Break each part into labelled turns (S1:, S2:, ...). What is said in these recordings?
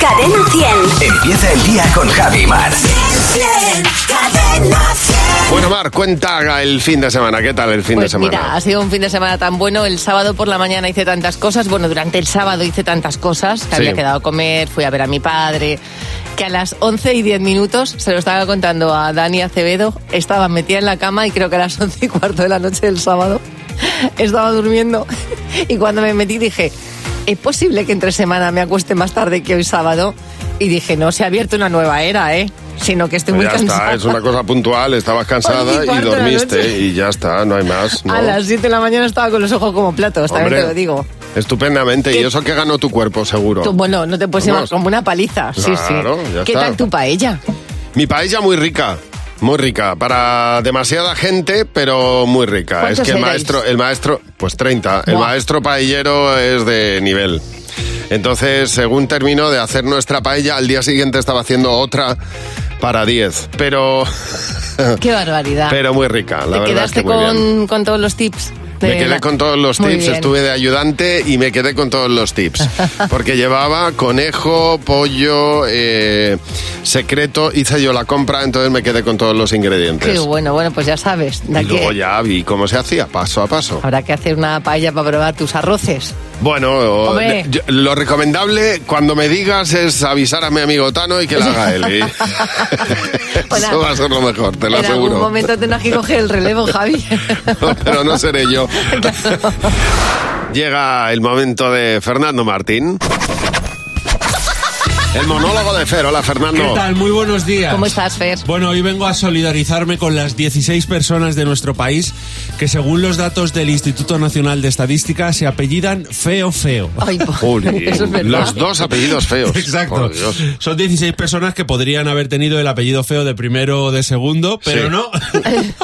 S1: Cadena 100.
S2: Empieza el Este día con Javi Mar.
S1: Cadena 100.
S3: Bueno, Mar, cuenta el fin de semana. ¿Qué tal el fin de
S4: Pues
S3: semana?
S4: mira, ha sido un fin de semana tan bueno. El sábado por la mañana hice tantas cosas. Bueno, durante el sábado hice tantas cosas. Que
S3: Sí.
S4: Había quedado a comer, fui a ver a mi padre. Que a las 11 y 10 minutos, se lo estaba contando a Dani Acevedo, estaba metida en la cama y creo que a las 11 y cuarto de la noche del sábado estaba durmiendo. Y cuando me metí dije, ¿es posible que entre semana me acueste más tarde que hoy sábado? Y dije, no, se ha abierto una nueva era, ¿eh? Sino que estoy muy
S3: Pues ya
S4: cansada.
S3: está, es una cosa puntual.
S4: Once
S3: Estabas cansada
S4: y
S3: y,
S4: cuarto de la noche.
S3: dormiste y ya está, no hay más. ¿no?
S4: A las 7 de la mañana estaba con los ojos como platos, también
S3: Hombre,
S4: te lo digo.
S3: Estupendamente. Y eso que ganó tu cuerpo, seguro.
S4: Tú, bueno, no te puedes
S3: Vamos.
S4: llamar como una paliza. Sí,
S3: Claro,
S4: sí.
S3: ya
S4: ¿Qué
S3: está.
S4: tal tu paella?
S3: Mi paella muy rica. Muy rica, para demasiada gente, pero muy rica. Es
S4: ¿Cuántos
S3: que el
S4: erais?
S3: maestro, el maestro, pues 30, el
S4: Buah.
S3: maestro paellero es de nivel. Entonces, según terminó de hacer nuestra paella, al día siguiente estaba haciendo otra para 10, pero,
S4: Qué barbaridad.
S3: pero muy rica, la
S4: ¿Te
S3: verdad es
S4: quedaste
S3: que muy bien.
S4: con, con todos los tips? de
S3: Me quedé
S4: la-
S3: con todos los
S4: Muy
S3: tips,
S4: bien.
S3: estuve de ayudante y me quedé con todos los tips. Porque llevaba conejo, pollo, eh, secreto, hice yo la compra, entonces me quedé con todos los ingredientes.
S4: Qué bueno, bueno, pues ya sabes. de
S3: Y
S4: aquí
S3: luego ya vi cómo se hacía, paso a paso.
S4: Habrá que hacer una paella para probar tus arroces.
S3: Bueno, o-
S4: Hombre.
S3: yo- lo recomendable cuando me digas es avisar a mi amigo Tano y que la haga él. ¿eh?
S4: Hola.
S3: Eso va a ser lo mejor, te lo
S4: en
S3: aseguro.
S4: algún momento tendrás que coger el relevo, Javi.
S3: Pero no seré yo. Llega el momento de Fernando Martín. El monólogo de Fer. Hola, Fernando.
S5: ¿Qué tal? Muy buenos días.
S4: ¿Cómo estás, Fer?
S5: Bueno, hoy vengo a solidarizarme con las 16 personas de nuestro país que según los datos del Instituto Nacional de Estadística se apellidan feo feo.
S4: Ay, po-
S3: Jolín,
S4: eso es verdad.
S3: Los dos apellidos feos.
S5: Exacto.
S3: Por Dios.
S5: Son 16 personas que podrían haber tenido el apellido feo de primero o de segundo, pero
S3: Sí.
S5: no.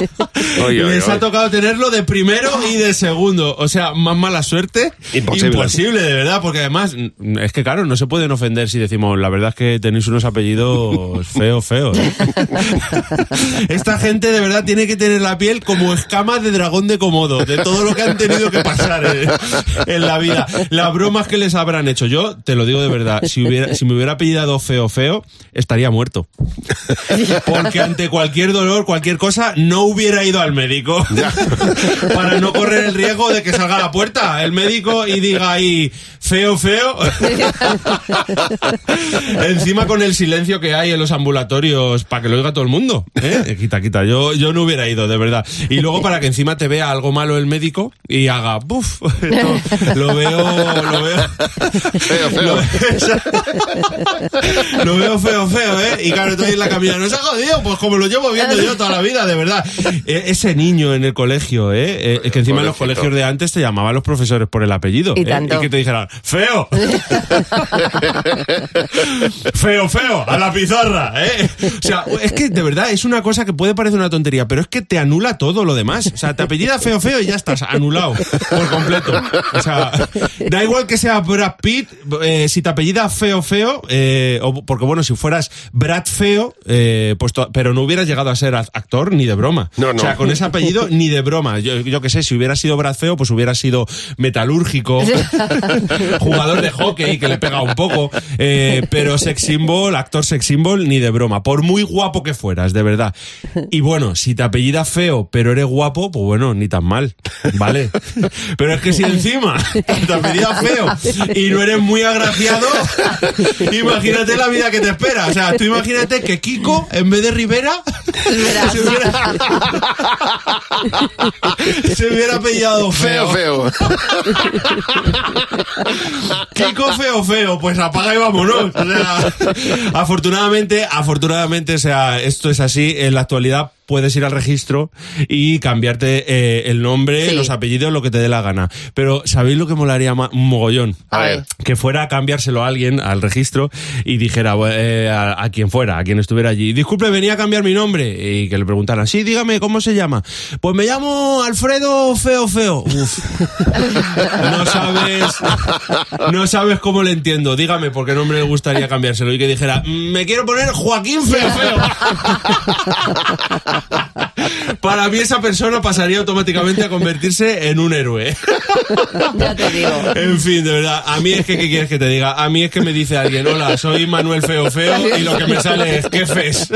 S3: Oy, oy,
S5: Les
S3: oy.
S5: ha tocado tenerlo de primero y de segundo. O sea, más mala suerte.
S3: Imposible.
S5: Imposible, de verdad, porque además mm, es que, claro, no se pueden ofender si decimos, la verdad es que tenéis unos apellidos feos, feos. Esta gente de verdad tiene que tener la piel como escamas de dragón de Komodo, de todo lo que han tenido que pasar eh, en la vida. Las bromas que les habrán hecho. Yo te lo digo de verdad, si, hubiera, si me hubiera apellidado feo feo, estaría muerto. Porque ante cualquier dolor, cualquier cosa, no hubiera ido al médico. Para no correr el riesgo de que salga a la puerta el médico y diga ahí, feo, feo. Encima con el silencio que hay en los ambulatorios para que lo oiga todo el mundo. ¿eh? Quita, quita. Yo, yo no hubiera ido, de verdad. Y luego para que encima te vea algo malo el médico y haga, buf. esto Lo veo, lo veo.
S3: Feo, feo.
S5: Lo, lo veo feo, feo, ¿eh? Y claro, estoy en la camina. No se ha jodido, pues como lo llevo viendo yo toda la vida, de verdad. E- ese niño en el colegio, ¿eh? Eh, que encima en los
S3: Pobrecito.
S5: colegios de antes te llamaban los profesores por el apellido.
S4: Y
S5: ¿eh?
S4: tanto.
S5: y que te dijeran, ¡feo! feo, feo, a la pizarra, ¿eh? O sea, es que de verdad es una cosa que puede parecer una tontería, pero es que te anula todo lo demás. O sea, te apellida feo, feo y ya estás anulado por completo. O sea, da igual que sea Brad Pitt, eh, si te apellida feo, feo, eh, o- porque bueno, si fueras Brad Feo, eh, pues to- pero no hubieras llegado a ser a- actor ni de broma.
S3: No, no.
S5: O sea, con ese apellido ni de broma. Yo, yo qué sé, si hubiera sido Brad Feo, pues hubiera sido metalúrgico, jugador de hockey que le pega un poco, eh, pero sex symbol, actor sex symbol, ni de broma. Por muy guapo que fueras, de verdad. Y bueno, si te apellidas feo, pero eres guapo, pues bueno, ni tan mal, ¿vale? Pero es que si encima te apellidas feo y no eres muy agraciado, imagínate la vida que te espera. O sea, tú imagínate que Kiko, en vez de Rivera,
S4: Verás.
S5: se hubiera, se hubiera pillado
S3: Feo,
S5: feo.
S3: feo.
S5: Kiko feo feo, pues apaga y vámonos. O sea, afortunadamente, afortunadamente, o sea, esto es así. En la actualidad puedes ir al registro y cambiarte eh, el nombre,
S4: Sí.
S5: los apellidos, lo que te dé la gana. Pero ¿sabéis lo que molaría ma- un mogollón?
S3: A ver.
S5: que fuera a cambiárselo a alguien al registro y dijera bu- eh, a, a quien fuera, a quien estuviera allí, disculpe, venía a cambiar mi nombre y que le preguntaran, sí, dígame, ¿cómo se llama? Pues me llamo Alfredo Feo Feo. Uf. No sabes, no sabes cómo le entiendo, dígame por qué nombre le gustaría cambiárselo y que dijera, "Mm, me quiero poner Joaquín Feo Feo. Para mí esa persona pasaría automáticamente a convertirse en un héroe.
S4: Ya te digo.
S5: En fin, de verdad, a mí es que, ¿qué quieres que te diga? A mí es que me dice alguien, hola, soy Manuel Feo Feo y lo que me sale es, ¿qué fes?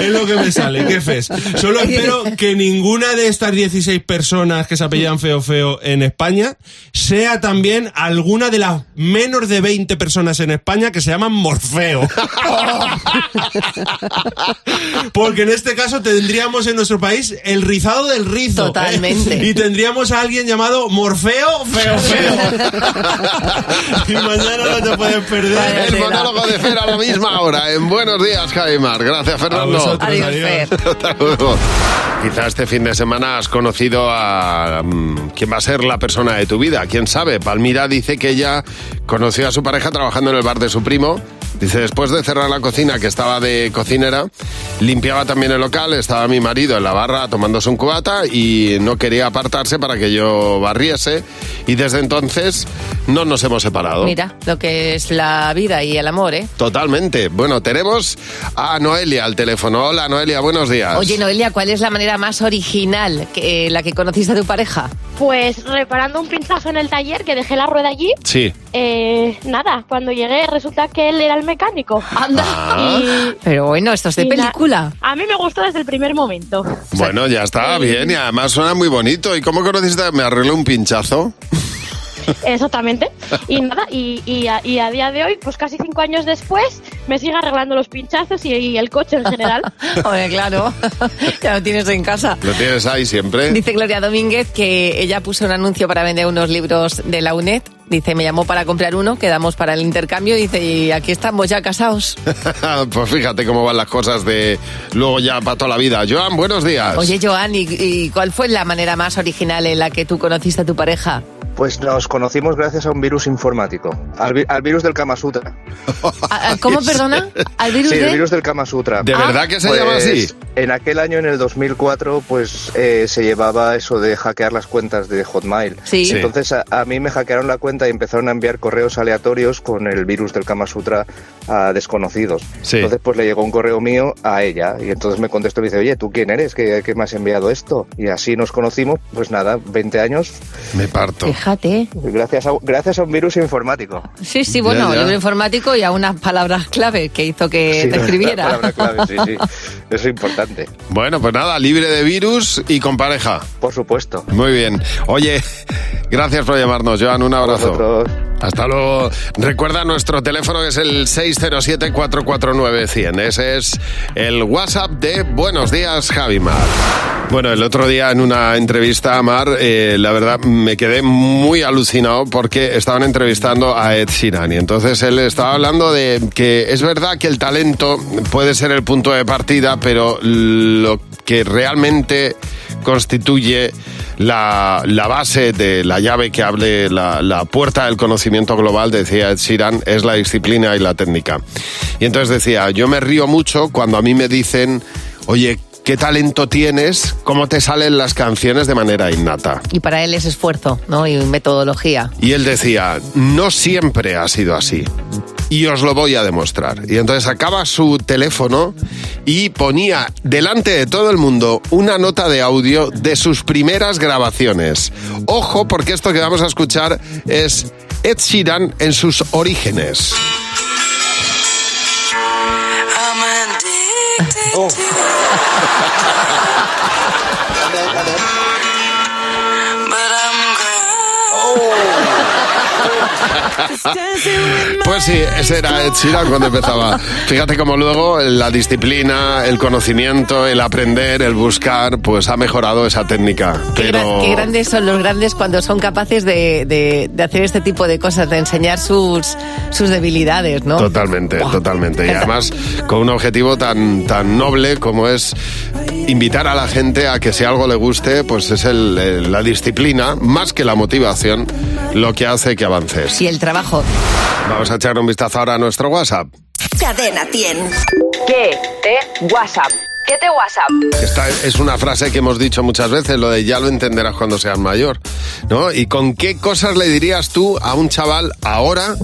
S5: Es lo que me sale, ¿qué fes? Solo espero que ninguna de estas 16 personas que se apellidan Feo Feo en España sea también alguna de las menos de 20 personas en España que se llaman Morfeo. Porque en este caso tendríamos en nuestro país el rizado del rizo. ¿eh?
S4: Totalmente.
S5: Y tendríamos a alguien llamado Morfeo Feo Feo. y mañana no te puedes perder.
S3: El monólogo de Fer a la misma hora. En Buenos Días, Jaimar. Gracias, Fernando.
S5: vosotros.
S4: Adiós,
S5: Adiós.
S4: Fer.
S3: Hasta luego. Quizá este fin de semana has conocido a mm, quién va a ser la persona de tu vida. ¿Quién sabe? Palmira dice que ella conoció a su pareja trabajando en el bar de su primo. Dice, después de cerrar la cocina, que estaba de cocinera, limpiaba también el local, estaba mi marido en la barra tomándose un cubata y no quería apartarse para que yo barriese. Y desde entonces no nos hemos separado.
S4: Mira, lo que es la vida y el amor, ¿eh?
S3: Totalmente. Bueno, tenemos a Noelia al teléfono. Hola, Noelia, buenos días.
S4: Oye, Noelia, ¿cuál es la manera más original, que, eh, la que conociste a tu pareja?
S1: Pues reparando un pinchazo en el taller que dejé la rueda allí,
S3: Sí.
S1: eh, nada, cuando llegué resulta que él era el mecánico.
S4: Anda.
S1: Y-
S4: Pero bueno, esto es de
S1: y na-
S4: película.
S1: A mí me gustó desde el primer momento.
S3: Bueno, ya
S4: eh,
S3: está, bien, y además suena muy bonito. ¿Y cómo conociste? a- Me arregló un pinchazo.
S1: Exactamente. Y nada, y, y a, y a día de hoy, pues casi cinco años después, me sigue arreglando los pinchazos y, y el coche en general.
S4: Hombre, claro, ya lo tienes en casa.
S3: Lo tienes ahí siempre.
S4: Dice Gloria Domínguez que ella puso un anuncio para vender unos libros de la UNED. Dice, me llamó para comprar uno, quedamos para el intercambio. Dice, y aquí estamos ya casados.
S3: pues fíjate cómo van las cosas de luego ya para toda la vida. Joan, buenos días.
S4: Oye, Joan, ¿y, y cuál fue la manera más original en la que tú conociste a tu pareja?
S6: Pues nos conocimos gracias a un virus informático, al, vi- al virus del Kama Sutra.
S4: ¿A- a- Ah, ¿Cómo, perdona? ¿Al virus
S6: Sí,
S4: de...? Ah.
S6: el virus del Kama Sutra.
S3: ¿De verdad que se
S6: Pues,
S3: llama así?
S6: En aquel año, en el 2004, pues eh, se llevaba eso de hackear las cuentas de Hotmail.
S4: Sí.
S3: Sí.
S6: Entonces a, a mí me hackearon la cuenta y empezaron a enviar correos aleatorios con el virus del Kama Sutra a desconocidos.
S3: Sí.
S6: Entonces pues le llegó un correo mío a ella y entonces me contestó y me dice, oye, ¿tú quién eres? ¿Qué, qué me has enviado esto? Y así nos conocimos, pues nada, 20 años,
S3: Me parto.
S4: Fíjate.
S6: gracias a, gracias a un virus informático.
S4: Sí, sí,
S3: Ya,
S4: bueno,
S3: ya.
S4: libro informático y a unas palabras clave que hizo que
S6: Sí,
S4: te escribiera.
S6: la palabra clave, sí, sí. Eso es importante,
S3: Bueno, pues nada, libre de virus y con pareja.
S6: por supuesto.
S3: Muy bien. Oye, gracias por llamarnos, Joan. Un abrazo.
S6: Vosotros.
S3: Hasta luego. Recuerda nuestro teléfono que es el 607-449-100. Ese es el WhatsApp de Buenos Días, Javimar. Bueno, el otro día en una entrevista a Mar, eh, la verdad me quedé muy alucinado porque estaban entrevistando a Ed Sheeran y entonces él estaba hablando de que es verdad que el talento puede ser el punto de partida, pero lo que realmente constituye la, la base de la llave que abre la, la puerta del conocimiento global, decía Ed Sheeran, es la disciplina y la técnica. Y entonces decía, yo me río mucho cuando a mí me dicen, oye, ¿qué talento tienes? ¿Cómo te salen las canciones de manera innata?
S4: Y para él es esfuerzo, ¿no? Y metodología.
S3: Y él decía, no siempre ha sido así. Y os lo voy a demostrar. Y entonces sacaba su teléfono y ponía delante de todo el mundo una nota de audio de sus primeras grabaciones. Ojo, porque esto que vamos a escuchar es Ed Sheeran en sus orígenes.
S7: I'm addicted to you. But I'm glad. Just dancing with my
S3: Pues sí, ese era Ed Sheeran cuando empezaba. Fíjate cómo luego la disciplina, el conocimiento, el aprender, el buscar, pues ha mejorado esa técnica.
S4: Qué,
S3: Pero...
S4: gran- qué grandes son los grandes cuando son capaces de, de- de hacer este tipo de cosas, de enseñar sus, sus debilidades, ¿no?
S3: Totalmente,
S4: Buah.
S3: totalmente. Y además con un objetivo tan, tan noble como es invitar a la gente a que si algo le guste, pues es el- el- la disciplina, más que la motivación, lo que hace que avances.
S4: Y el trabajo.
S3: Vamos a echar un vistazo ahora a nuestro WhatsApp.
S7: Cadena 100.
S8: ¿Qué te WhatsApp? ¿Qué te WhatsApp?
S3: Esta es una frase que hemos dicho muchas veces, lo de ya lo entenderás cuando seas mayor, ¿no? ¿Y con qué cosas le dirías tú a un chaval ahora?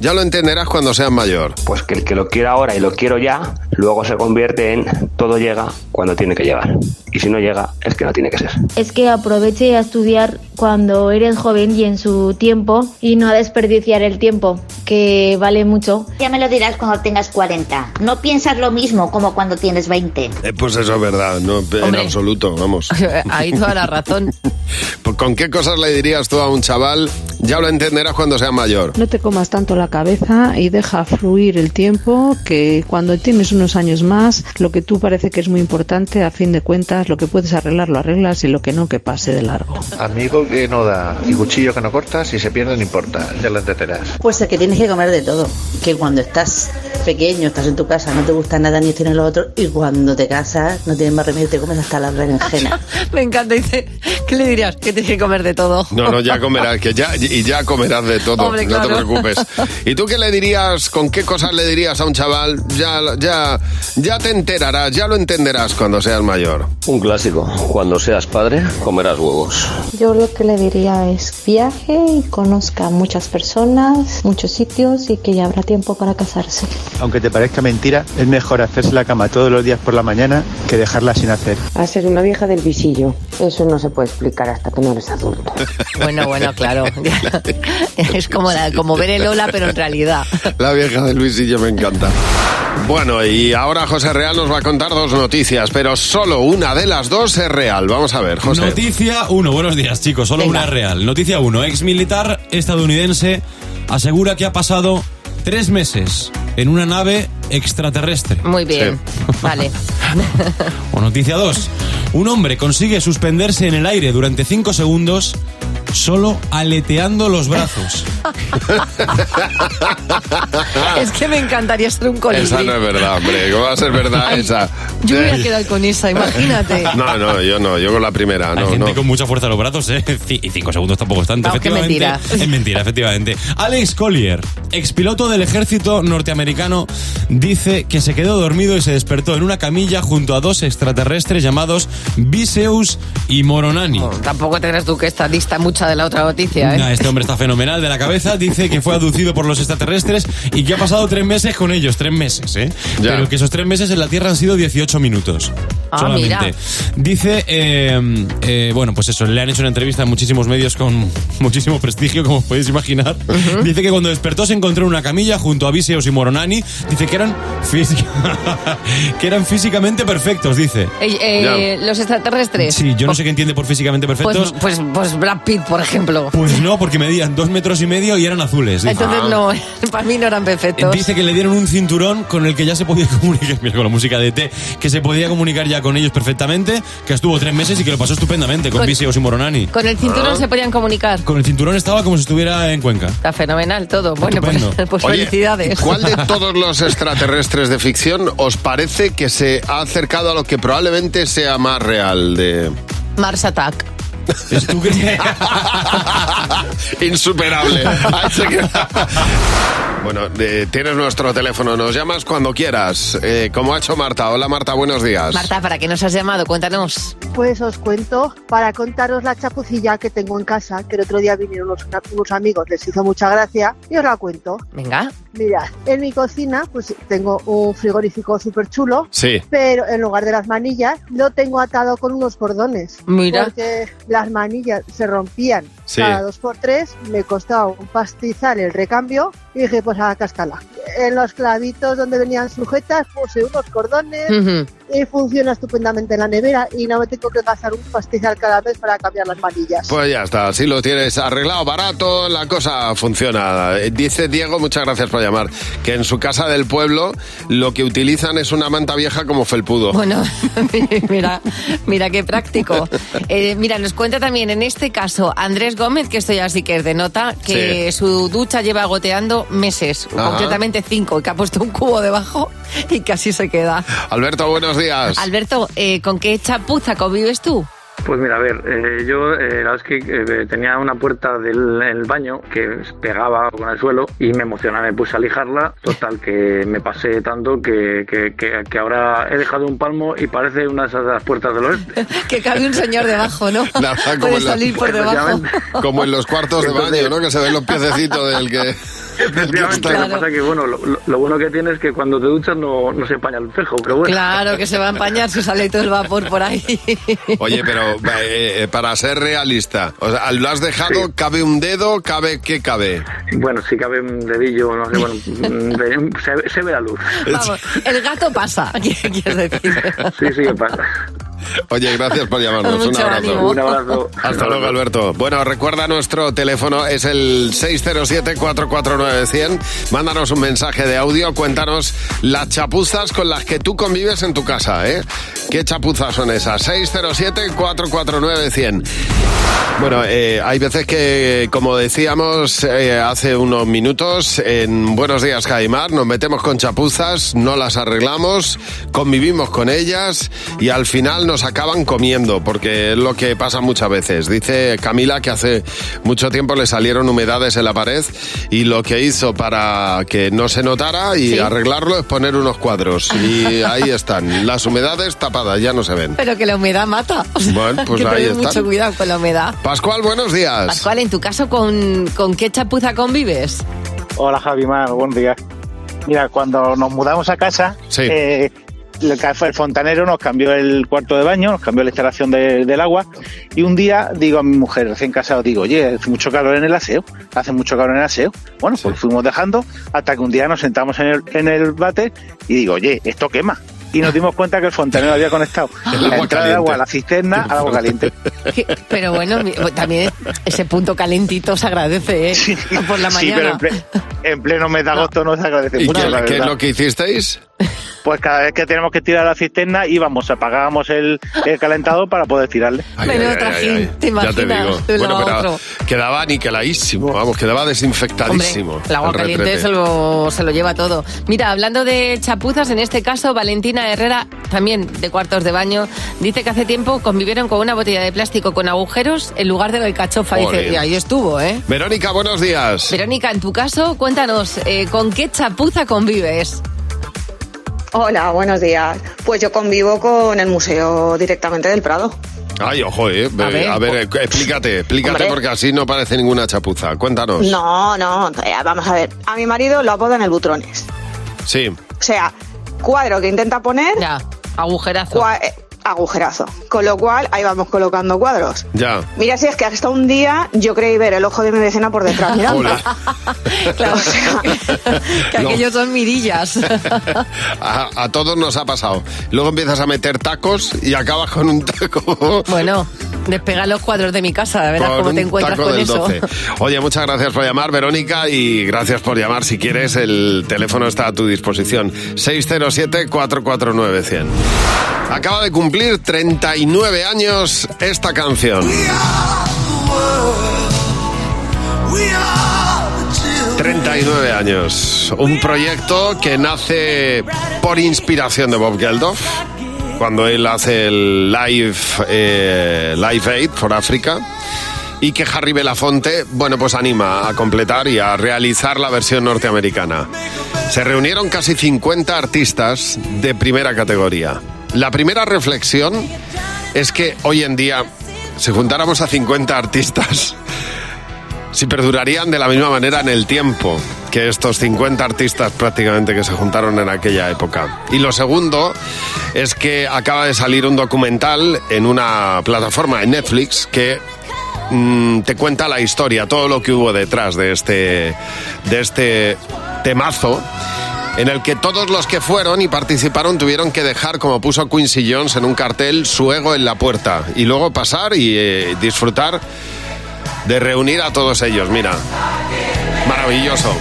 S3: Ya lo entenderás cuando seas mayor.
S9: pues que el que lo quiera ahora y lo quiero ya,
S6: luego se convierte en todo llega cuando tiene que llegar. Y si no llega, es que no tiene que ser.
S8: es que aproveche a estudiar cuando eres joven y en su tiempo y no a desperdiciar el tiempo, que vale mucho.
S10: Ya me lo dirás cuando tengas 40. No piensas lo mismo como cuando tienes 20.
S3: Eh, pues eso es verdad, no, en
S4: Hombre.
S3: absoluto, vamos. Pues,
S4: Ahí toda la razón.
S3: ¿Con qué cosas le dirías tú a un chaval? Ya lo entenderás cuando sea mayor.
S1: No te comas tanto la cabeza y deja fluir el tiempo, que cuando tienes unos años más, lo que tú parece que es muy importante, a fin de cuentas, lo que puedes arreglar lo arreglas y lo que no que pase de largo.
S11: Amigo que no da y cuchillo que no corta, si se pierde no importa, ya lo entenderás.
S2: Pues es que tienes que comer de todo. Que cuando estás pequeño, estás en tu casa, no te gusta nada ni tienes lo otro. Y cuando te casas, no tienes más remedio, te comes hasta las berenjenas.
S4: Me encanta, dice, ¿qué le dirías? Que tienes que comer de todo.
S3: No, no, ya comerás, que ya, y ya comerás de todo,
S4: Hombre,
S3: no te
S4: claro.
S3: preocupes. ¿Y tú qué le dirías, con qué cosas le dirías a un chaval? Ya, ya, ya te enterarás, ya lo entenderás cuando seas mayor.
S6: Un clásico, cuando seas padre, comerás huevos.
S12: Yo lo que le diría es viaje y conozca muchas personas, muchos sitios y que ya habrá tiempo para casarse.
S13: Aunque te parezca mentira, es mejor hacerse la cama todos los días por la mañana que dejarla sin hacer.
S14: A Ah, ser una vieja del visillo. Eso no se puede explicar hasta que no eres adulto.
S4: Bueno, bueno, claro. es como, la- como ver el Ola, pero en realidad.
S3: La vieja del visillo me encanta. Bueno, y ahora José Real nos va a contar dos noticias, pero solo una de las dos es real. Vamos a ver, José.
S15: Noticia 1, buenos días chicos, solo
S3: Venga.
S15: una real. Noticia 1, ex militar estadounidense asegura que ha pasado tres meses en una nave extraterrestre.
S4: Muy bien. Vale.
S15: O noticia 2, un hombre consigue suspenderse en el aire durante 5 segundos solo aleteando los brazos.
S4: Es que me encantaría ser un colibrí.
S3: Ah. Esa no es verdad, hombre. ¿Cómo va a ser verdad
S4: Ay,
S3: esa? Eh,
S4: Yo me voy a quedar con esa, imagínate.
S3: No, no, yo no, yo con la primera,
S15: Hay
S3: no,
S15: gente
S3: no.
S15: con mucha fuerza en los brazos, ¿eh? Ci- Y cinco segundos tampoco es tanto.
S4: Vamos, que
S15: efectivamente,
S4: mentira.
S15: Es mentira, efectivamente. Alex Collier, expiloto del ejército norteamericano, dice que se quedó dormido y se despertó en una camilla junto a dos extraterrestres llamados Viseus y Moronani.
S4: Tampoco te creas tú que esta dista mucha de la otra noticia, ¿eh?
S15: Nah, Este hombre está fenomenal de la cabeza. Dice que fue aducido por los extraterrestres y que ha pasado tres meses con ellos. Tres meses, ¿eh? Pero que esos tres meses en la Tierra han sido 18 minutos.
S4: Ah,
S15: solamente.
S4: mira.
S15: Dice, eh, eh, bueno, pues eso, le han hecho una entrevista a muchísimos medios con muchísimo prestigio, como os podéis imaginar. Dice que cuando despertó se encontró en una camilla junto a Viseos y Moronani. Dice que eran, física- que eran físicamente perfectos, dice.
S4: Eh, eh, los extraterrestres.
S15: Sí, yo no sé qué entiende por físicamente perfectos.
S4: Pues, pues, pues Brad Pitt, por ejemplo.
S15: Pues no, porque medían dos metros y medio y eran azules. dice.
S4: Entonces
S3: Ah.
S4: no, para mí no eran perfectos.
S15: Dice que le dieron un cinturón con el que ya se podía comunicar, mira, con la música de T, que se podía comunicar ya con ellos perfectamente, que estuvo tres meses y que lo pasó estupendamente con,
S4: Con-
S15: Viseos y Moronani. Ah.
S4: Con el cinturón
S3: Ah.
S4: se podían comunicar.
S15: Con el cinturón estaba como si estuviera en Cuenca.
S4: Está fenomenal todo. Bueno, pues,
S15: Estupendo.
S4: pues
S3: Oye,
S4: felicidades.
S3: ¿Cuál de todos los extraterrestres de ficción os parece que se ha acercado a lo que probablemente sea más real de
S4: Mars Attack.
S3: insuperable? Ay, se queda. bueno, eh, tienes nuestro teléfono, nos llamas cuando quieras, eh, como ha hecho Marta. Hola Marta, buenos días.
S4: Marta, ¿para qué nos has llamado? Cuéntanos.
S16: Pues os cuento para contaros la chapucilla que tengo en casa, que el otro día vinieron unos, unos amigos, les hizo mucha gracia y os la cuento.
S4: Venga.
S16: Mirad, en mi cocina pues tengo un frigorífico súper chulo,
S3: Sí.
S16: pero en lugar de las manillas lo tengo atado con unos cordones.
S4: Mira.
S16: Porque las manillas se rompían
S4: Sí.
S16: cada dos por tres, me costaba un pastizal el recambio y dije pues a la cascala. En los clavitos donde venían sujetas puse unos cordones
S4: Ujú.
S16: y funciona estupendamente en la nevera y no me tengo que gastar un pastizal cada vez para cambiar las manillas.
S3: Pues ya está, así lo tienes arreglado, barato, la cosa funciona. Eh, Dice Diego, muchas gracias por llamar, que en su casa del pueblo lo que utilizan es una manta vieja como felpudo.
S4: Bueno, mira, mira qué práctico. Eh, mira, nos cuenta también en este caso Andrés Gómez, que esto ya sí que es de nota, que su ducha lleva goteando meses,
S3: Ajá.
S4: concretamente cinco, y que ha puesto un cubo debajo y casi se queda.
S3: Alberto, buenos días.
S4: Alberto, eh, ¿con qué chapuza convives tú?
S17: Pues mira, a ver, eh, yo eh, la verdad es que eh, tenía una puerta del el baño que pegaba con el suelo y me emocionaba, me puse a lijarla. Total, que me pasé tanto que, que- que- que ahora he dejado un palmo y parece una de esas de las puertas del oeste.
S4: Que cabe un señor debajo, ¿no?
S3: Nada, como
S4: Puede
S3: en la-
S4: salir por debajo.
S3: Como en los cuartos de baño, ¿no? Que se ven los piececitos del que...
S17: Efectivamente,
S3: Claro.
S17: lo que pasa es que bueno, lo, lo- lo bueno que tiene es que cuando te duchas no, no se empaña el espejo, pero bueno.
S4: Claro que se va a empañar si sale todo el vapor por ahí.
S3: Oye, pero eh, eh, para ser realista, o sea, ¿lo has dejado? ¿Cabe un dedo? ¿Cabe qué cabe?
S17: Bueno, si cabe un dedillo, no sé, bueno, mm, ve- se, se ve la luz.
S4: Vamos, el gato pasa, quiero decir.
S17: Sí, sí, que pasa.
S3: Oye, gracias por llamarnos. un
S4: Mucho
S3: abrazo.
S4: ánimo. Un
S17: abrazo.
S3: Hasta luego, Alberto. Bueno, recuerda nuestro teléfono es el 607-449-100. Mándanos un mensaje de audio. Cuéntanos las chapuzas con las que tú convives en tu casa, ¿eh? ¿Qué chapuzas son esas? 607-449-100. Bueno, eh, hay veces que, como decíamos eh, hace unos minutos, en Buenos Días Caimar nos metemos con chapuzas, no las arreglamos, convivimos con ellas y al final nos acaban comiendo, porque es lo que pasa muchas veces. Dice Camila que hace mucho tiempo le salieron humedades en la pared y lo que hizo para que no se notara y
S4: Sí.
S3: arreglarlo es poner unos cuadros. Y ahí están, las humedades tapadas, ya no se ven.
S4: Pero que la humedad mata. O sea,
S3: Bueno, pues
S4: que
S3: ahí
S4: tener
S3: están.
S4: mucho cuidado con la humedad.
S3: Pascual, buenos días.
S4: Pascual, en tu caso, ¿con, con qué chapuza convives?
S13: Hola Javi Mar, buen día. Mira, cuando nos mudamos a casa, eh, el, ca- el fontanero nos cambió el cuarto de baño, nos cambió la instalación de- del agua y un día digo a mi mujer recién casado, digo, oye, hace mucho calor en el aseo, hace mucho calor en el aseo. Bueno, pues fuimos dejando hasta que un día nos sentamos en el, en el bate y digo, oye, esto quema. Y nos dimos cuenta que el fontanero había conectado
S3: El
S13: la
S3: agua
S13: entrada de
S3: caliente.
S13: agua a la cisterna al agua caliente.
S4: Que- Pero bueno, mi- también ese punto calentito se agradece, ¿eh? Por la
S13: Sí, pero en,
S4: mañana.
S13: ple- en pleno mes de agosto no se agradece
S3: ¿Y
S13: mucho.
S3: qué-
S13: la
S3: qué es
S13: verdad.
S3: lo que hicisteis?
S13: Pues cada vez que tenemos que tirar la cisterna íbamos, apagábamos el, el calentador para poder tirarle.
S3: Ay, ay, ay, ay, ay. Ya te digo. Bueno, pero quedaba aniquiladísimo, vamos, quedaba desinfectadísimo.
S4: Hombre, el agua
S3: el
S4: caliente
S3: retrete.
S4: se lo, se lo lleva todo. Mira, hablando de chapuzas, en este caso Valentina Herrera, también de cuartos de baño, dice que hace tiempo convivieron con una botella de plástico con agujeros en lugar de la alcachofa. Dice,
S3: Jolín.
S4: y ahí estuvo, ¿eh?
S3: Verónica, buenos días.
S4: Verónica, en tu caso, cuéntanos, eh, ¿con qué chapuza convives?
S18: Hola, buenos días. Pues yo convivo con el Museo directamente del Prado.
S3: Ay, ojo, eh. A ver,
S18: ver.
S3: eh,
S4: pues,
S3: explícate, explícate
S18: Hombre.
S3: porque así no parece ninguna chapuza. Cuéntanos.
S18: No, no, eh, vamos a ver. A mi marido lo apodan el Butrones.
S3: Sí.
S18: O sea, cuadro que intenta poner. eh,
S4: agujerazo.
S18: agujerazo. Con lo cual, ahí vamos colocando cuadros.
S3: Ya.
S18: Mira, si es que hasta un día yo creí ver el ojo de mi vecina por detrás. mirando.
S3: Ole.
S4: Claro, que
S3: No.
S4: aquellos son mirillas.
S3: A, a todos nos ha pasado. Luego empiezas a meter tacos y acabas con un taco.
S4: bueno, despega los cuadros de mi casa, verás
S3: con
S4: cómo te
S3: un
S4: encuentras
S3: taco
S4: con
S3: del
S4: eso.
S3: 12. Oye, muchas gracias por llamar, Verónica, y gracias por llamar. Si quieres, el teléfono está a tu disposición. 607-449-100. Acaba de cumplir 39 años esta canción. 39 años. Un proyecto que nace por inspiración de Bob Geldof. Cuando él hace el Live, eh, live Aid for Africa. Y que Harry Belafonte, bueno, pues anima a completar y a realizar la versión norteamericana. Se reunieron casi 50 artistas de primera categoría. La primera reflexión es que hoy en día, si juntáramos a 50 artistas, si perdurarían de la misma manera en el tiempo que estos 50 artistas prácticamente que se juntaron en aquella época. Y lo segundo es que acaba de salir un documental en una plataforma en Netflix que mm, te cuenta la historia, todo lo que hubo detrás de este, de este temazo en el que todos los que fueron y participaron tuvieron que dejar, como puso Quincy Jones en un cartel, su ego en la puerta y luego pasar y eh, disfrutar de reunir a todos ellos. Mira, maravilloso.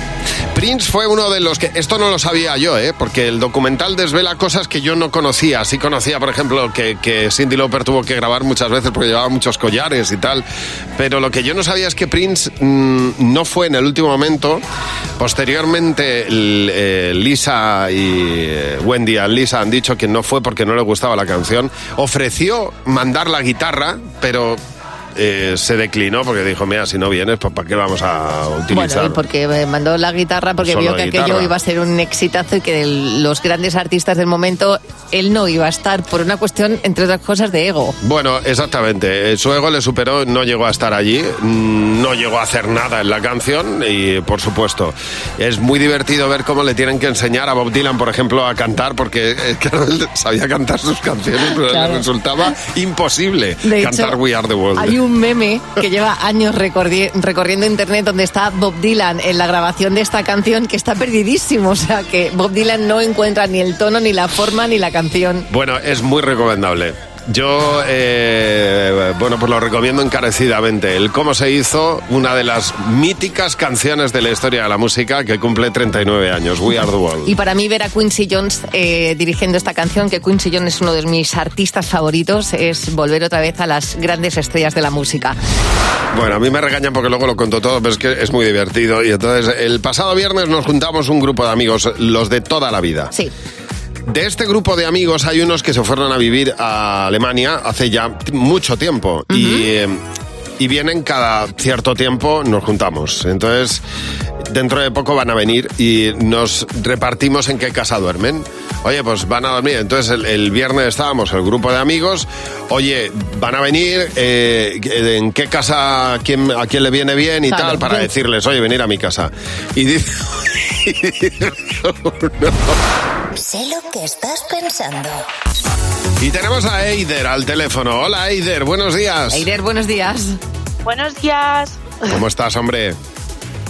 S3: Prince fue uno de los que... Esto no lo sabía yo, ¿eh? porque el documental desvela cosas que yo no conocía. Sí conocía, por ejemplo, que, que Cindy Lauper tuvo que grabar muchas veces porque llevaba muchos collares y tal. Pero lo que yo no sabía es que Prince mm, no fue en el último momento. Posteriormente, l- eh, Lisa y eh, Wendy a Lisa han dicho que no fue porque no le gustaba la canción. Ofreció mandar la guitarra, pero eh, se declinó porque dijo, mira, si no vienes, pues ¿para qué vamos a utilizar?
S4: Bueno, y porque me mandó la guitarra porque
S3: Solo
S4: vio
S3: la
S4: que aquello
S3: guitarra.
S4: iba a ser un exitazo y que de los grandes artistas del momento él no iba a estar por una cuestión, entre otras cosas, de ego.
S3: Bueno, exactamente. Eh, Su ego le superó, no llegó a estar allí, mm, no llegó a hacer nada en la canción y, por supuesto, es muy divertido ver cómo le tienen que enseñar a Bob Dylan, por ejemplo, a cantar, porque eh, claro, él sabía cantar sus canciones, pero
S4: Claro.
S3: le resultaba imposible
S4: De hecho,
S3: cantar We Are the World.
S4: Hay un meme que lleva años recorri- recorriendo internet donde está Bob Dylan en la grabación de esta canción que está perdidísimo, o sea que Bob Dylan no encuentra ni el tono, ni la forma, ni la canción.
S3: Bueno, es muy recomendable. Yo, eh, bueno, pues lo recomiendo encarecidamente. El Cómo se hizo, una de las míticas canciones de la historia de la música que cumple 39 años, We Are the World.
S4: Y para mí ver a Quincy Jones eh, dirigiendo esta canción, que Quincy Jones es uno de mis artistas favoritos, es volver otra vez a las grandes estrellas de la música.
S3: Bueno, a mí me regañan porque luego lo conto todo, pero es que es muy divertido. Y entonces, el pasado viernes nos juntamos un grupo de amigos, los de toda la vida.
S4: Sí.
S3: De este grupo de amigos hay unos que se fueron a vivir a Alemania hace ya t- mucho tiempo. Y. eh, y vienen cada cierto tiempo, nos juntamos. Entonces, dentro de poco van a venir y nos repartimos en qué casa duermen. Oye, pues van a dormir. Entonces, el, el viernes estábamos, el grupo de amigos. Oye, van a venir, eh, en qué casa, quién, a quién le viene bien y
S19: Claro,
S3: tal, para
S19: yo-
S3: decirles, oye, venir a mi casa. Y dice. y dice uno,
S20: Sé lo que estás pensando.
S3: Y tenemos a Eider al teléfono. Hola, Eider, buenos días.
S4: Eider, buenos días.
S21: Buenos días.
S3: ¿Cómo estás, hombre?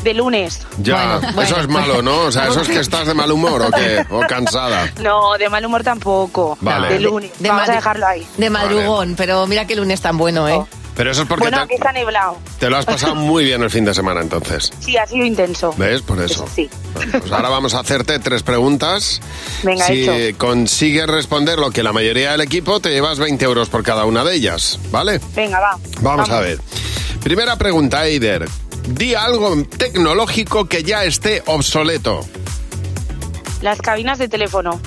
S21: De lunes.
S3: Ya,
S21: Bueno,
S3: eso
S21: bueno.
S3: es malo, ¿no? O sea, eso es que estás de mal humor o qué, o cansada.
S21: No, de mal humor tampoco.
S3: Vale.
S21: De lunes.
S4: De
S21: Vamos a
S4: madru-
S21: dejarlo ahí.
S4: De madrugón, pero mira qué lunes tan bueno, ¿eh?
S3: Pero eso es porque
S21: bueno,
S3: te,
S21: aquí está neblado.
S3: te lo has pasado muy bien el fin de semana, entonces.
S21: Sí, ha sido intenso.
S3: ¿Ves? Por eso.
S21: Sí.
S3: Pues ahora vamos a hacerte tres preguntas.
S21: Venga,
S3: si
S21: hecho.
S3: consigues responder lo que la mayoría del equipo, te llevas 20 euros por cada una de ellas, ¿vale?
S21: Venga, va.
S3: Vamos a ver. Primera pregunta, Eider. Di algo tecnológico que ya esté obsoleto.
S21: Las cabinas de teléfono.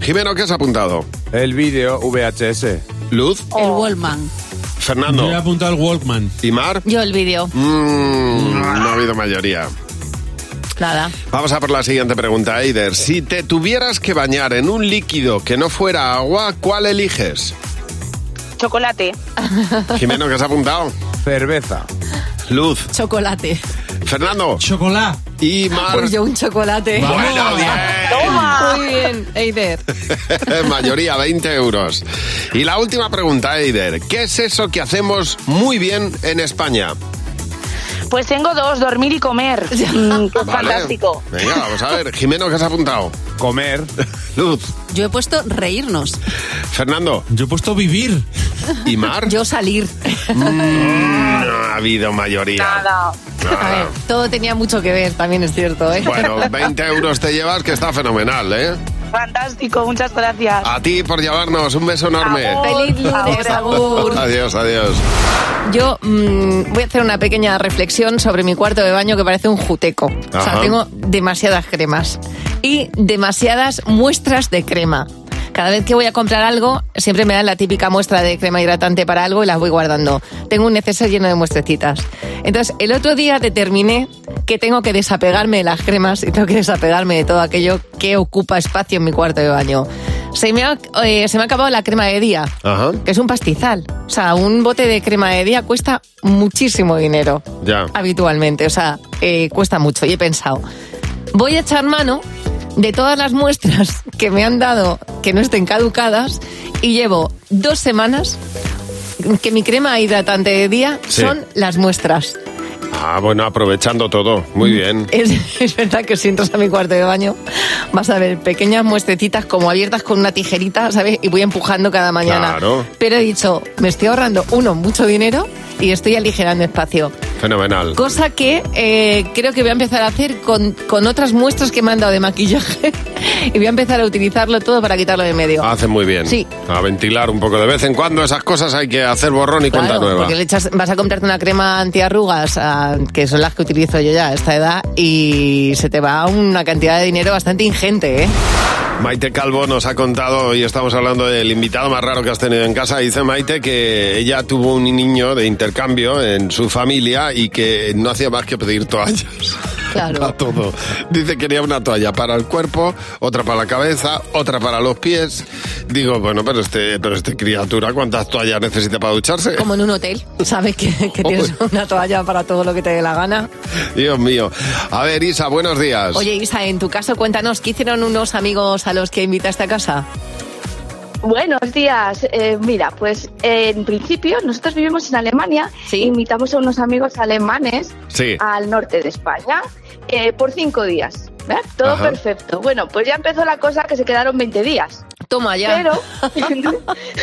S3: Jimeno, ¿qué has apuntado? El vídeo VHS. Luz.
S21: El
S4: Wallman.
S3: Fernando.
S5: Yo he apuntado al Walkman.
S3: ¿Y Mar?
S4: Yo el vídeo.
S3: Mm, no ha habido mayoría.
S4: Nada.
S3: Vamos a por la siguiente pregunta, Eider. Si te tuvieras que bañar en un líquido que no fuera agua, ¿cuál eliges?
S21: Chocolate.
S3: Jimeno, ¿qué has apuntado? Cerveza. Luz.
S4: Chocolate.
S3: Fernando. Chocolate. Y Mar.
S4: Pues yo un chocolate.
S3: Bueno, bien.
S4: Toma. Muy bien, Eider.
S3: Mayoría, 20 euros. Y la última pregunta, Eider. ¿Qué es eso que hacemos muy bien en España?
S21: Pues tengo dos, dormir y comer. Mm, que
S3: Vale.
S21: es fantástico.
S3: Venga, vamos a ver. Jimeno, ¿qué has apuntado? Comer. Luz.
S22: Yo he puesto reírnos.
S3: Fernando. Yo he puesto vivir. ¿Y Mar?
S4: Yo salir.
S3: Mm, no ha habido mayoría.
S4: Nada.
S3: Nada.
S4: A ver, todo tenía mucho que ver, también es cierto, ¿eh?
S3: Bueno, 20 euros te llevas, que está fenomenal, ¿eh?
S21: Fantástico, muchas gracias.
S3: A ti por llevarnos, un beso enorme.
S4: Feliz lunes, Agur.
S3: Adiós, adiós.
S4: Yo mm, voy a hacer una pequeña reflexión sobre mi cuarto de baño que parece un juteco. O
S21: Ajá.
S4: sea, tengo demasiadas cremas y demasiadas muestras de crema. Cada vez que voy a comprar algo, siempre me dan la típica muestra de crema hidratante para algo y las voy guardando. Tengo un neceser lleno de muestrecitas. Entonces, el otro día determiné que tengo que desapegarme de las cremas y tengo que desapegarme de todo aquello que ocupa espacio en mi cuarto de baño. Se me ha, eh, se me ha acabado la crema de día
S3: Ajá,
S4: que es un pastizal. O sea, un bote de crema de día cuesta muchísimo dinero
S3: ya.
S4: habitualmente. O sea, eh, cuesta mucho. Y he pensado, voy a echar mano de todas las muestras que me han dado que no estén caducadas y llevo dos semanas que mi crema hidratante de día
S3: Sí.
S4: son las muestras.
S3: Ah, bueno, aprovechando todo. Muy bien.
S4: Es, es verdad que si entras a mi cuarto de baño vas a ver pequeñas muestrecitas como abiertas con una tijerita, ¿sabes? Y voy empujando cada mañana.
S3: Claro.
S4: Pero he dicho, me estoy ahorrando, uno, mucho dinero y estoy aligerando espacio.
S3: Fenomenal.
S4: Cosa que eh, creo que voy a empezar a hacer con, con otras muestras que me han dado de maquillaje y voy a empezar a utilizarlo todo para quitarlo de medio.
S3: Hace muy bien.
S4: Sí.
S3: A ventilar un poco. De vez en cuando esas cosas hay que hacer borrón y cuenta
S4: Claro,
S3: nueva.
S4: porque le echas- vas a comprarte una crema antiarrugas, ah, que son las que utilizo yo ya a esta edad, y se te va una cantidad de dinero bastante ingente, ¿eh?
S3: Maite Calvo nos ha contado, y estamos hablando del invitado más raro que has tenido en casa. Dice Maite que ella tuvo un niño de intercambio en su familia y que no hacía más que pedir toallas.
S4: Claro.
S3: A todo. Dice que quería una toalla para el cuerpo, otra para la cabeza, otra para los pies. Digo, bueno, pero este, pero este criatura, ¿cuántas toallas necesita para ducharse?
S4: Como en un hotel, ¿sabes que, que tienes una toalla para todo lo que te dé la gana?
S3: Dios mío. A ver, Isa, buenos días.
S4: Oye, Isa, en tu caso, cuéntanos, ¿qué hicieron unos amigos a los que invitaste a casa?
S1: Buenos días. Eh, mira, pues eh, en principio nosotros vivimos en Alemania e invitamos a unos amigos alemanes
S3: Sí.
S1: al norte de España eh, por cinco días. ¿verdad? Todo
S3: Ajá.
S1: perfecto. Bueno, pues ya empezó la cosa que se quedaron 20 días.
S4: Toma ya.
S1: Pero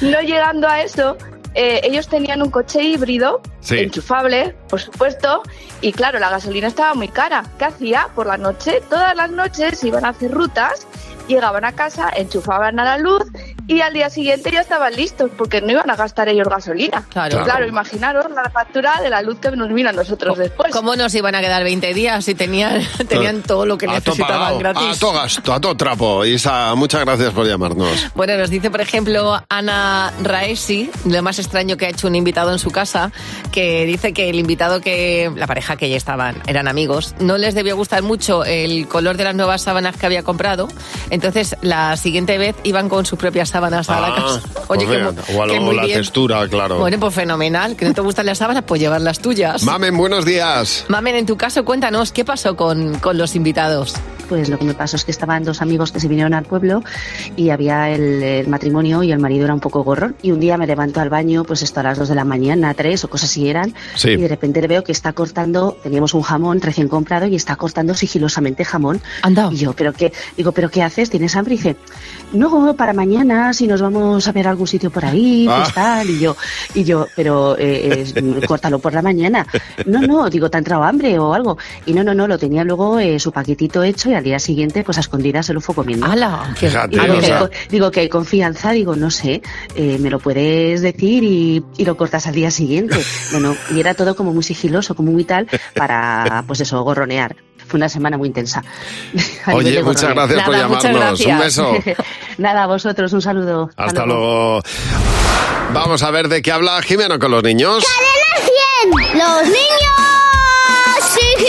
S1: no llegando a eso, eh, ellos tenían un coche híbrido,
S3: Sí.
S1: enchufable, por supuesto, y claro, la gasolina estaba muy cara. ¿Qué hacía? Por la noche, todas las noches iban a hacer rutas, llegaban a casa, enchufaban a la luz y al día siguiente ya estaban listos porque no iban a gastar ellos gasolina.
S4: Claro.
S1: claro imaginaros la factura de la luz que nos vino a nosotros después.
S4: ¿Cómo nos iban a quedar 20 días si tenían, tenían todo lo que
S3: A todo pagado,
S4: necesitaban
S3: a
S4: gratis?
S3: todo gasto, a todo trapo. Isa, muchas gracias por llamarnos.
S4: Bueno, nos dice, por ejemplo, Ana Raesi, lo más extraño que ha hecho un invitado en su casa, que dice que el invitado que, la pareja que ya estaban, eran amigos, no les debió gustar mucho el color de las nuevas sábanas que había comprado, entonces la siguiente vez iban con sus propias sábanas a la
S3: Ah,
S4: casa.
S3: pues
S4: Oye, que
S3: mira,
S4: mu-
S3: o a lo-
S4: que
S3: o
S4: muy
S3: la
S4: bien.
S3: textura, claro.
S4: Bueno, pues fenomenal, que no te gustan las sábanas, pues llevar las tuyas.
S3: Mamen, buenos días.
S4: Mamen, en tu caso, cuéntanos, ¿qué pasó con, con los invitados?
S2: Pues lo que me pasó es que estaban dos amigos que se vinieron al pueblo y había el, el matrimonio y el marido era un poco gorrón. Y un día me levanto al baño, pues esto a las 2 de la mañana, 3 o cosas así eran.
S7: Sí.
S2: Y de repente veo que está cortando, teníamos un jamón recién comprado y está cortando sigilosamente jamón. Y yo, ¿pero qué? Digo, ¿pero qué haces? ¿Tienes hambre? Y dice, no, para mañana, si nos vamos a ver a algún sitio por ahí, pues
S7: Ah.
S2: tal. Y yo, y yo pero eh, eh, córtalo por la mañana. No, no, digo, te ha entrado hambre o algo. Y no, no, no, lo tenía luego eh, su paquetito hecho y al día siguiente, pues a escondidas se lo fue comiendo.
S4: ¡Hala!
S3: Fíjate,
S2: digo,
S3: o
S2: que,
S3: sea.
S2: hay co- digo que hay confianza, digo, no sé, eh, me lo puedes decir y, y lo cortas al día siguiente. Bueno, y era todo como muy sigiloso, como muy tal, para, pues eso, gorronear. Fue una semana muy intensa. A
S3: Oye,
S2: nivel de
S3: muchas
S2: gorroneo.
S3: gracias por Nada, muchas llamarnos. Un gracias. beso.
S2: Nada, a vosotros, un saludo.
S3: Hasta luego. Vamos a ver de qué habla Jimeno con los niños.
S7: ¡Los niños! ¡Sí,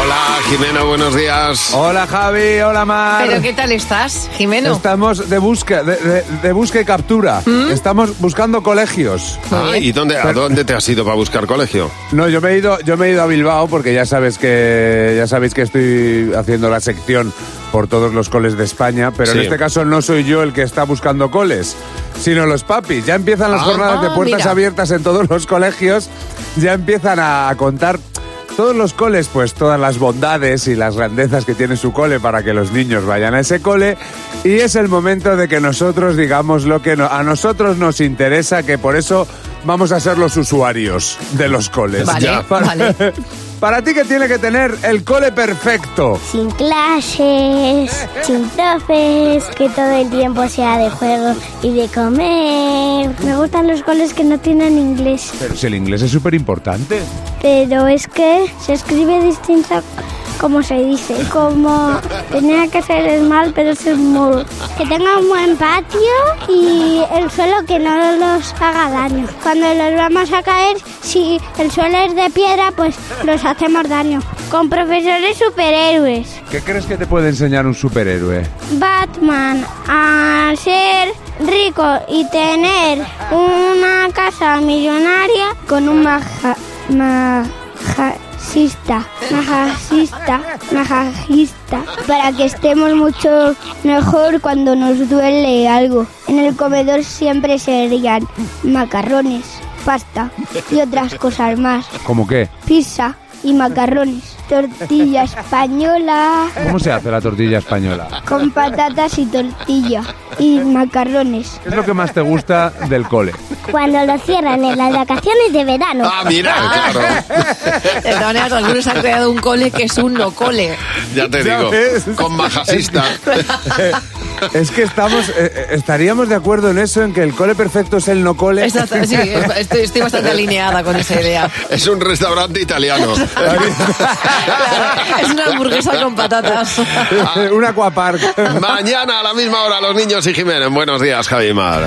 S3: Hola, Jimeno, buenos días.
S19: Hola Javi, hola Mar.
S4: ¿Pero qué tal estás,
S3: Eh,
S4: Jimeno?
S19: Estamos de busca, de, de- de busca y captura.
S3: ¿Mm?
S19: Estamos buscando colegios.
S3: Ah, ¿Y dónde, a dónde te has ido para buscar colegio?
S19: No, yo me he ido, yo me he ido a Bilbao porque ya sabes que ya sabéis que estoy haciendo la sección por todos los coles de España, pero
S3: Sí.
S19: en este caso no soy yo el que está buscando coles, sino los papis. Ya empiezan las
S3: Ah.
S19: jornadas de
S3: Ah,
S19: puertas
S3: mira.
S19: abiertas en todos los colegios, ya empiezan a, a contar todos los coles, pues todas las bondades y las grandezas que tiene su cole para que los niños vayan a ese cole. Y es el momento de que nosotros digamos lo que no- a nosotros nos interesa, que por eso vamos a ser los usuarios de los coles.
S7: Vale,
S19: para,
S7: vale.
S19: para ti que tiene que tener el cole perfecto.
S7: Sin clases, sin profes, que todo el tiempo sea de juego y de comer. Me gustan los coles que no tienen inglés,
S19: Pero si el inglés es súper importante.
S7: pero es que se escribe distinto como se dice. Como tenía que ser el mal, pero es el muro. Que tenga un buen patio y el suelo que no los haga daño. Cuando los vamos a caer, si el suelo es de piedra, pues los hacemos daño. Con profesores superhéroes.
S19: ¿Qué crees que te puede enseñar un superhéroe?
S7: Batman a ser rico y tener una casa millonaria con un maja, majasista, majasista, majasista, para que estemos mucho mejor cuando nos duele algo. En el comedor siempre serían macarrones, pasta y otras cosas más,
S19: ¿Cómo qué?
S7: pizza y macarrones, tortilla española
S19: ¿Cómo se hace la tortilla española?
S7: con patatas y tortilla y macarrones.
S19: ¿Qué es lo que más te gusta del cole?
S7: Cuando lo cierran en las vacaciones de verano.
S19: Ah, mira, claro.
S4: De todas maneras, algunos han creado un cole que es un no cole.
S3: Ya te
S19: Ya
S3: digo,
S19: ves.
S3: con majasista.
S19: Eh, Es que estamos, eh, eh, estaríamos de acuerdo en eso, en que el cole perfecto es el no cole.
S4: Exacto, sí, estoy, estoy bastante alineada con esa idea.
S3: Es un restaurante italiano.
S4: Es una hamburguesa con patatas.
S19: un aquapark.
S3: Mañana a la misma hora, los niños y Jiménez. Buenos días, Javimar.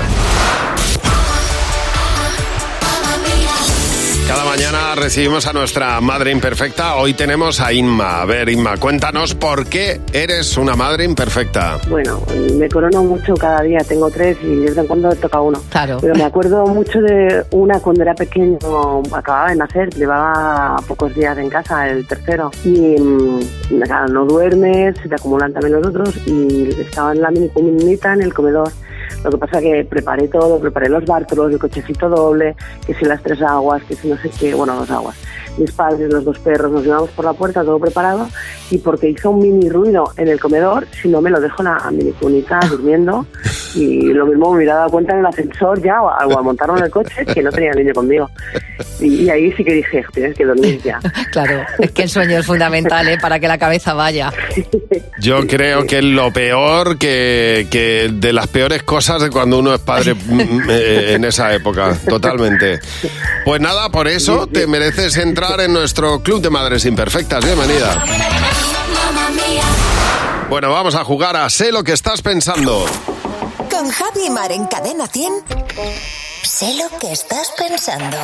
S3: Cada mañana recibimos a nuestra madre imperfecta. Hoy tenemos a Inma. A ver, Inma, cuéntanos por qué eres una madre imperfecta.
S8: Bueno, me corono mucho cada día, tengo tres y de vez en cuando toca uno.
S4: Claro.
S8: Pero me acuerdo mucho de una cuando era pequeño, acababa de nacer, llevaba pocos días en casa, el tercero. Y mm, claro, no duermes, se te acumulan también los otros y estaba en la mini comunita en el comedor. Lo que pasa que preparé todo, preparé los bártulos, el cochecito doble, que si las tres aguas, que si no sé qué, bueno, dos aguas. Mis padres, los dos perros, nos llevamos por la puerta, todo preparado, y porque hizo un mini ruido en el comedor, si no me lo dejo en la mini cunita durmiendo, y lo mismo me hubiera dado cuenta en el ascensor ya, o, o al montarlo en el coche, que no tenía niño conmigo. Y, y ahí sí que dije, tienes que dormir ya.
S4: Claro, es que el sueño es fundamental ¿eh? para que la cabeza vaya.
S3: Yo creo que lo peor que, que de las peores cosas de cuando uno es padre mm, eh, en esa época, totalmente. Pues nada, por eso te mereces entrar en nuestro club de madres imperfectas. Bienvenida. Bueno, vamos a jugar a sé lo que estás pensando.
S20: Con Javi Mar en Cadena 100. Sé lo que estás pensando.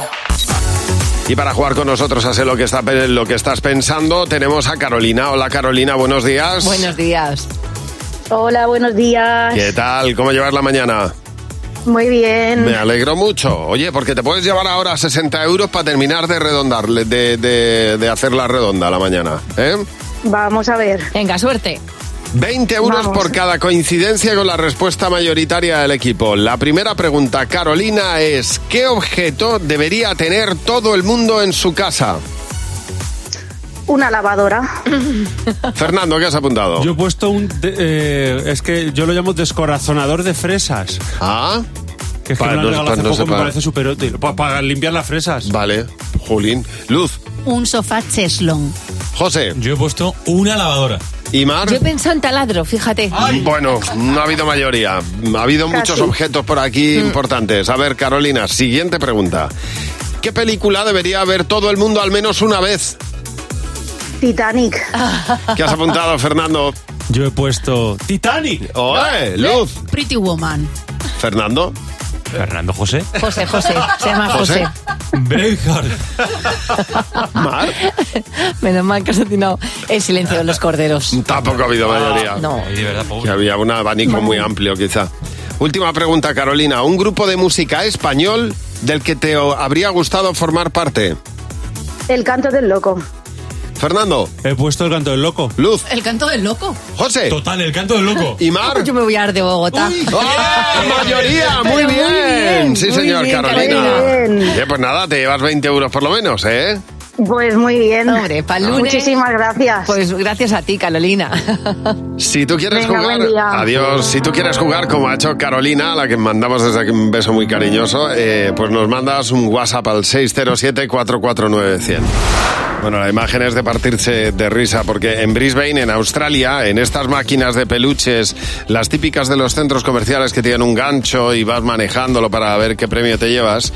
S3: Y para jugar con nosotros a sé lo que, está, lo que estás pensando, tenemos a Carolina. Hola Carolina, buenos días.
S4: Buenos días.
S23: Hola, buenos días.
S3: ¿Qué tal? ¿Cómo llevas la mañana?
S23: Muy
S1: Mm.
S23: bien.
S3: Me alegro mucho. Oye, porque te puedes llevar ahora 60 euros para terminar de redondar, de, de, de hacer la redonda a la mañana. ¿eh?
S23: Vamos a ver.
S4: Venga, suerte.
S3: 20 euros
S23: Vamos.
S3: por cada coincidencia con la respuesta mayoritaria del equipo. La primera pregunta, Carolina, es ¿qué objeto debería tener todo el mundo en su casa?
S23: Una lavadora.
S3: Fernando, ¿qué has apuntado?
S5: Yo he puesto un. de- eh, es que yo lo llamo descorazonador de fresas.
S3: Ah.
S5: Que es que
S3: Pa-
S5: me lo han
S3: no-
S5: regalado
S3: pa-
S5: hace
S3: no
S5: poco,
S3: sé,
S5: me
S3: pa-
S5: parece súper útil. Pa- Para limpiar las fresas.
S3: Vale, Julín. Luz,
S22: Un sofá cheslón.
S3: José.
S24: Yo he puesto una lavadora.
S3: ¿Y Mar?
S4: Yo he pensado en taladro, fíjate.
S3: Bueno, no ha habido mayoría. Ha habido
S4: Casi. Mm.
S3: muchos objetos por aquí importantes. A ver, Carolina, siguiente pregunta. ¿Qué película debería ver todo el mundo al menos una vez?
S23: Titanic.
S3: ¿Qué has apuntado, Fernando?
S5: Yo he puesto Titanic.
S3: ¡Ole! ¡Luz!
S22: Pretty Woman.
S3: ¿Fernando?
S5: ¿Fernando José?
S4: José, José. Se llama José.
S3: ¿Mar?
S4: Menos mal que has atinado. El silencio de los corderos.
S3: Tampoco ha habido mayoría.
S4: no.
S3: de verdad, Ah, había un abanico muy amplio, quizá. Última pregunta, Carolina. ¿Un grupo de música español del que te o- habría gustado formar parte?
S23: El canto del loco.
S3: Fernando.
S5: He puesto el canto del loco.
S3: Luz.
S22: El canto del loco.
S3: José.
S5: Total, el canto del loco.
S3: ¿Y Mar?
S4: Yo me voy a ir de Bogotá.
S3: ¡Ah, mayoría! Muy
S4: Pero
S3: bien. Sí,
S4: muy
S3: señor,
S4: bien,
S3: Carolina.
S23: Carolina.
S3: Oye, pues nada, te llevas 20 euros por lo menos, ¿eh?
S23: Pues muy bien.
S4: Hombre, pa'l lunes.
S23: Muchísimas gracias.
S4: Pues gracias a ti, Carolina.
S3: Si tú quieres
S23: Venga,
S3: jugar,
S23: buen día.
S3: adiós. Si tú quieres jugar como ha hecho Carolina, a la que mandamos desde aquí un beso muy cariñoso, eh, pues nos mandas un WhatsApp al 607-449-100. Bueno, la imagen es de partirse de risa, porque en Brisbane, en Australia, en estas máquinas de peluches, las típicas de los centros comerciales que tienen un gancho y vas manejándolo para ver qué premio te llevas,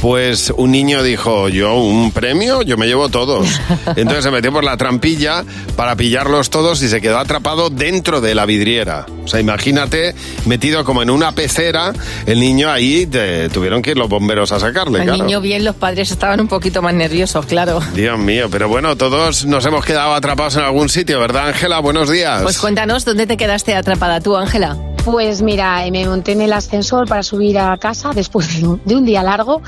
S3: pues un niño dijo, yo un premio, yo me llevo todos. Entonces se metió por la trampilla para pillarlos todos y se quedó atrapado dentro de la vidriera. O sea, imagínate, metido como en una pecera, el niño ahí, te- tuvieron que ir los bomberos a sacarle,
S4: El
S3: claro.
S4: niño bien, los padres estaban un poquito más nerviosos, claro.
S3: Dios mío, pero bueno, todos nos hemos quedado atrapados en algún sitio, ¿verdad, Ángela? Buenos días.
S4: Pues cuéntanos, ¿dónde te quedaste atrapada tú, Ángela?
S25: Pues mira, eh, me monté en el ascensor para subir a casa después de un, de un día largo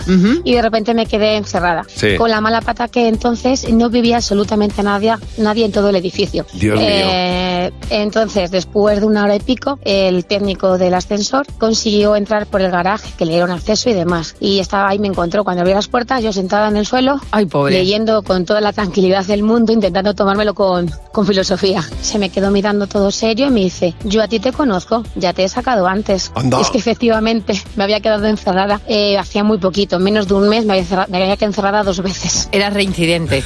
S25: y de repente me quedé encerrada.
S26: Sí.
S25: Con la mala pata que entonces no vivía absolutamente nadie, nadie en todo el edificio.
S26: Dios mío.
S25: Eh, Entonces, después de una hora y pico, el técnico del ascensor consiguió entrar por el garaje, que le dieron acceso y demás. Y estaba ahí, me encontró cuando abrí las puertas, yo sentada en el suelo,
S4: pobre.
S25: leyendo con toda la tranquilidad del mundo, intentando tomármelo con, con filosofía. Se me quedó mirando todo serio y me dice, yo a ti te conozco, ya ya te he sacado antes.
S3: Anda.
S25: Es que efectivamente me había quedado encerrada eh, hacía muy poquito, menos de un mes me había, encerra- me había quedado encerrada dos veces.
S4: Era reincidente.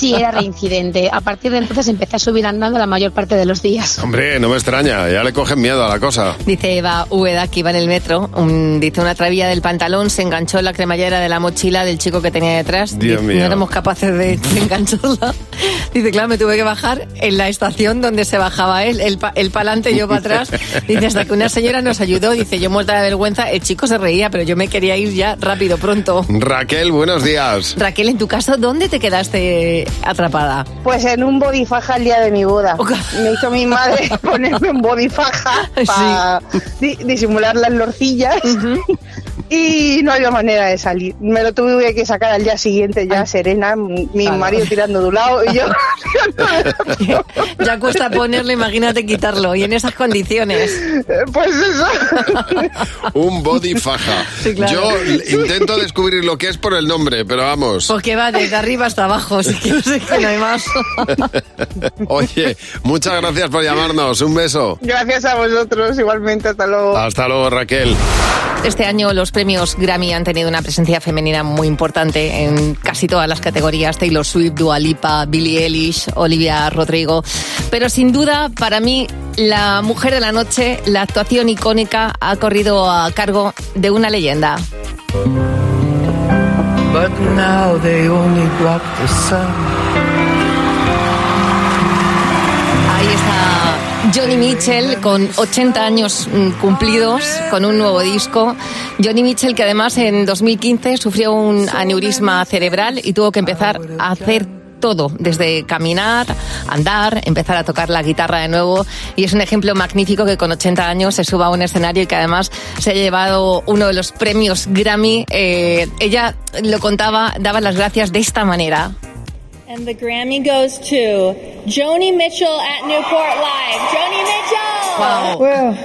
S25: Sí, era reincidente. A partir de entonces empecé a subir andando la mayor parte de los días.
S3: Hombre, no me extraña, ya le cogen miedo a la cosa.
S4: Dice Eva Ueda que iba en el metro. un- dice una trabilla del pantalón se enganchó en la cremallera de la mochila del chico que tenía detrás.
S3: Dios
S4: Dice,
S3: mío.
S4: No éramos capaces de, de engancharla. Dice, claro, me tuve que bajar en la estación donde se bajaba él, el pa- el pa'lante y yo para atrás. Dice, hasta que una señora nos ayudó. Dice, yo muerta de vergüenza. El chico se reía, pero yo me quería ir ya rápido, pronto.
S3: Raquel, buenos días.
S4: Raquel, en tu caso, ¿dónde te quedaste atrapada?
S6: Pues en un bodifaja el día de mi boda. Me hizo mi madre ponerme un bodifaja para disimular las lorcillas. Y no había manera de salir. Me lo tuve que sacar al día siguiente ya serena, mi marido tirando de un lado y yo...
S4: Ya cuesta ponerlo, imagínate quitarlo. Y en esas condiciones.
S6: Pues eso.
S3: Un body faja.
S4: Sí, claro.
S3: Yo l- intento descubrir lo que es por el nombre, pero vamos.
S4: Porque Pues va desde arriba hasta abajo, si que no sé que no hay más.
S3: Oye, muchas gracias por llamarnos. Un beso.
S6: Gracias a vosotros, igualmente, hasta luego.
S3: Hasta luego, Raquel.
S4: Este año los premios Grammy han tenido una presencia femenina muy importante en casi todas las categorías. Taylor Swift, Dua Lipa, Billie Eilish, Olivia Rodrigo. Pero sin duda, para mí, la mujer de la noche, la actuación icónica, ha corrido a cargo de una leyenda.
S9: But now they only block the sun.
S4: Ahí está Johnny Mitchell con 80 años mm, cumplidos, con un nuevo disco. Johnny Mitchell que además en 2015 sufrió un aneurisma cerebral y tuvo que empezar a hacer todo, desde caminar, andar, empezar a tocar la guitarra de nuevo. Y es un ejemplo magnífico que con 80 años se suba a un escenario y que además se ha llevado uno de los premios Grammy. Eh, ella lo contaba, daba las gracias de esta manera.
S27: And the Grammy goes to Joni Mitchell at Newport Live. Joni Mitchell!
S28: Well,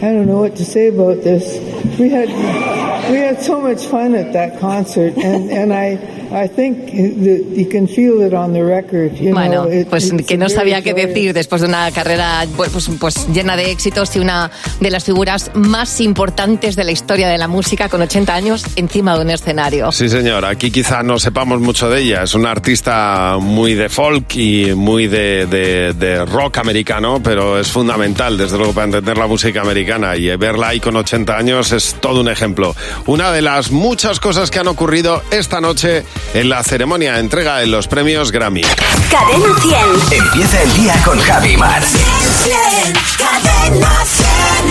S28: I don't know what to say about this. We had we had so much fun at that concert, and, and I I think that you can feel it on the record. You
S4: Bueno,
S28: know, it-
S4: pues
S28: it's
S4: que no
S28: very
S4: sabía qué
S28: joyous.
S4: decir después de una carrera pues, pues- pues llena de éxitos y una de las figuras más importantes de la historia de la música con 80 años encima de un escenario.
S3: Sí, señor. Aquí quizá no sepamos mucho de ella. Es una artista muy de folk y muy de, de- de rock americano, pero es fundamental, desde luego, para entender la música americana. Y verla ahí con 80 años es todo un ejemplo. Una de las muchas cosas que han ocurrido esta noche en la ceremonia de entrega de los premios Grammy.
S20: Cadena 100.
S26: Empieza el día con Javi Mar.
S20: Cadena 100.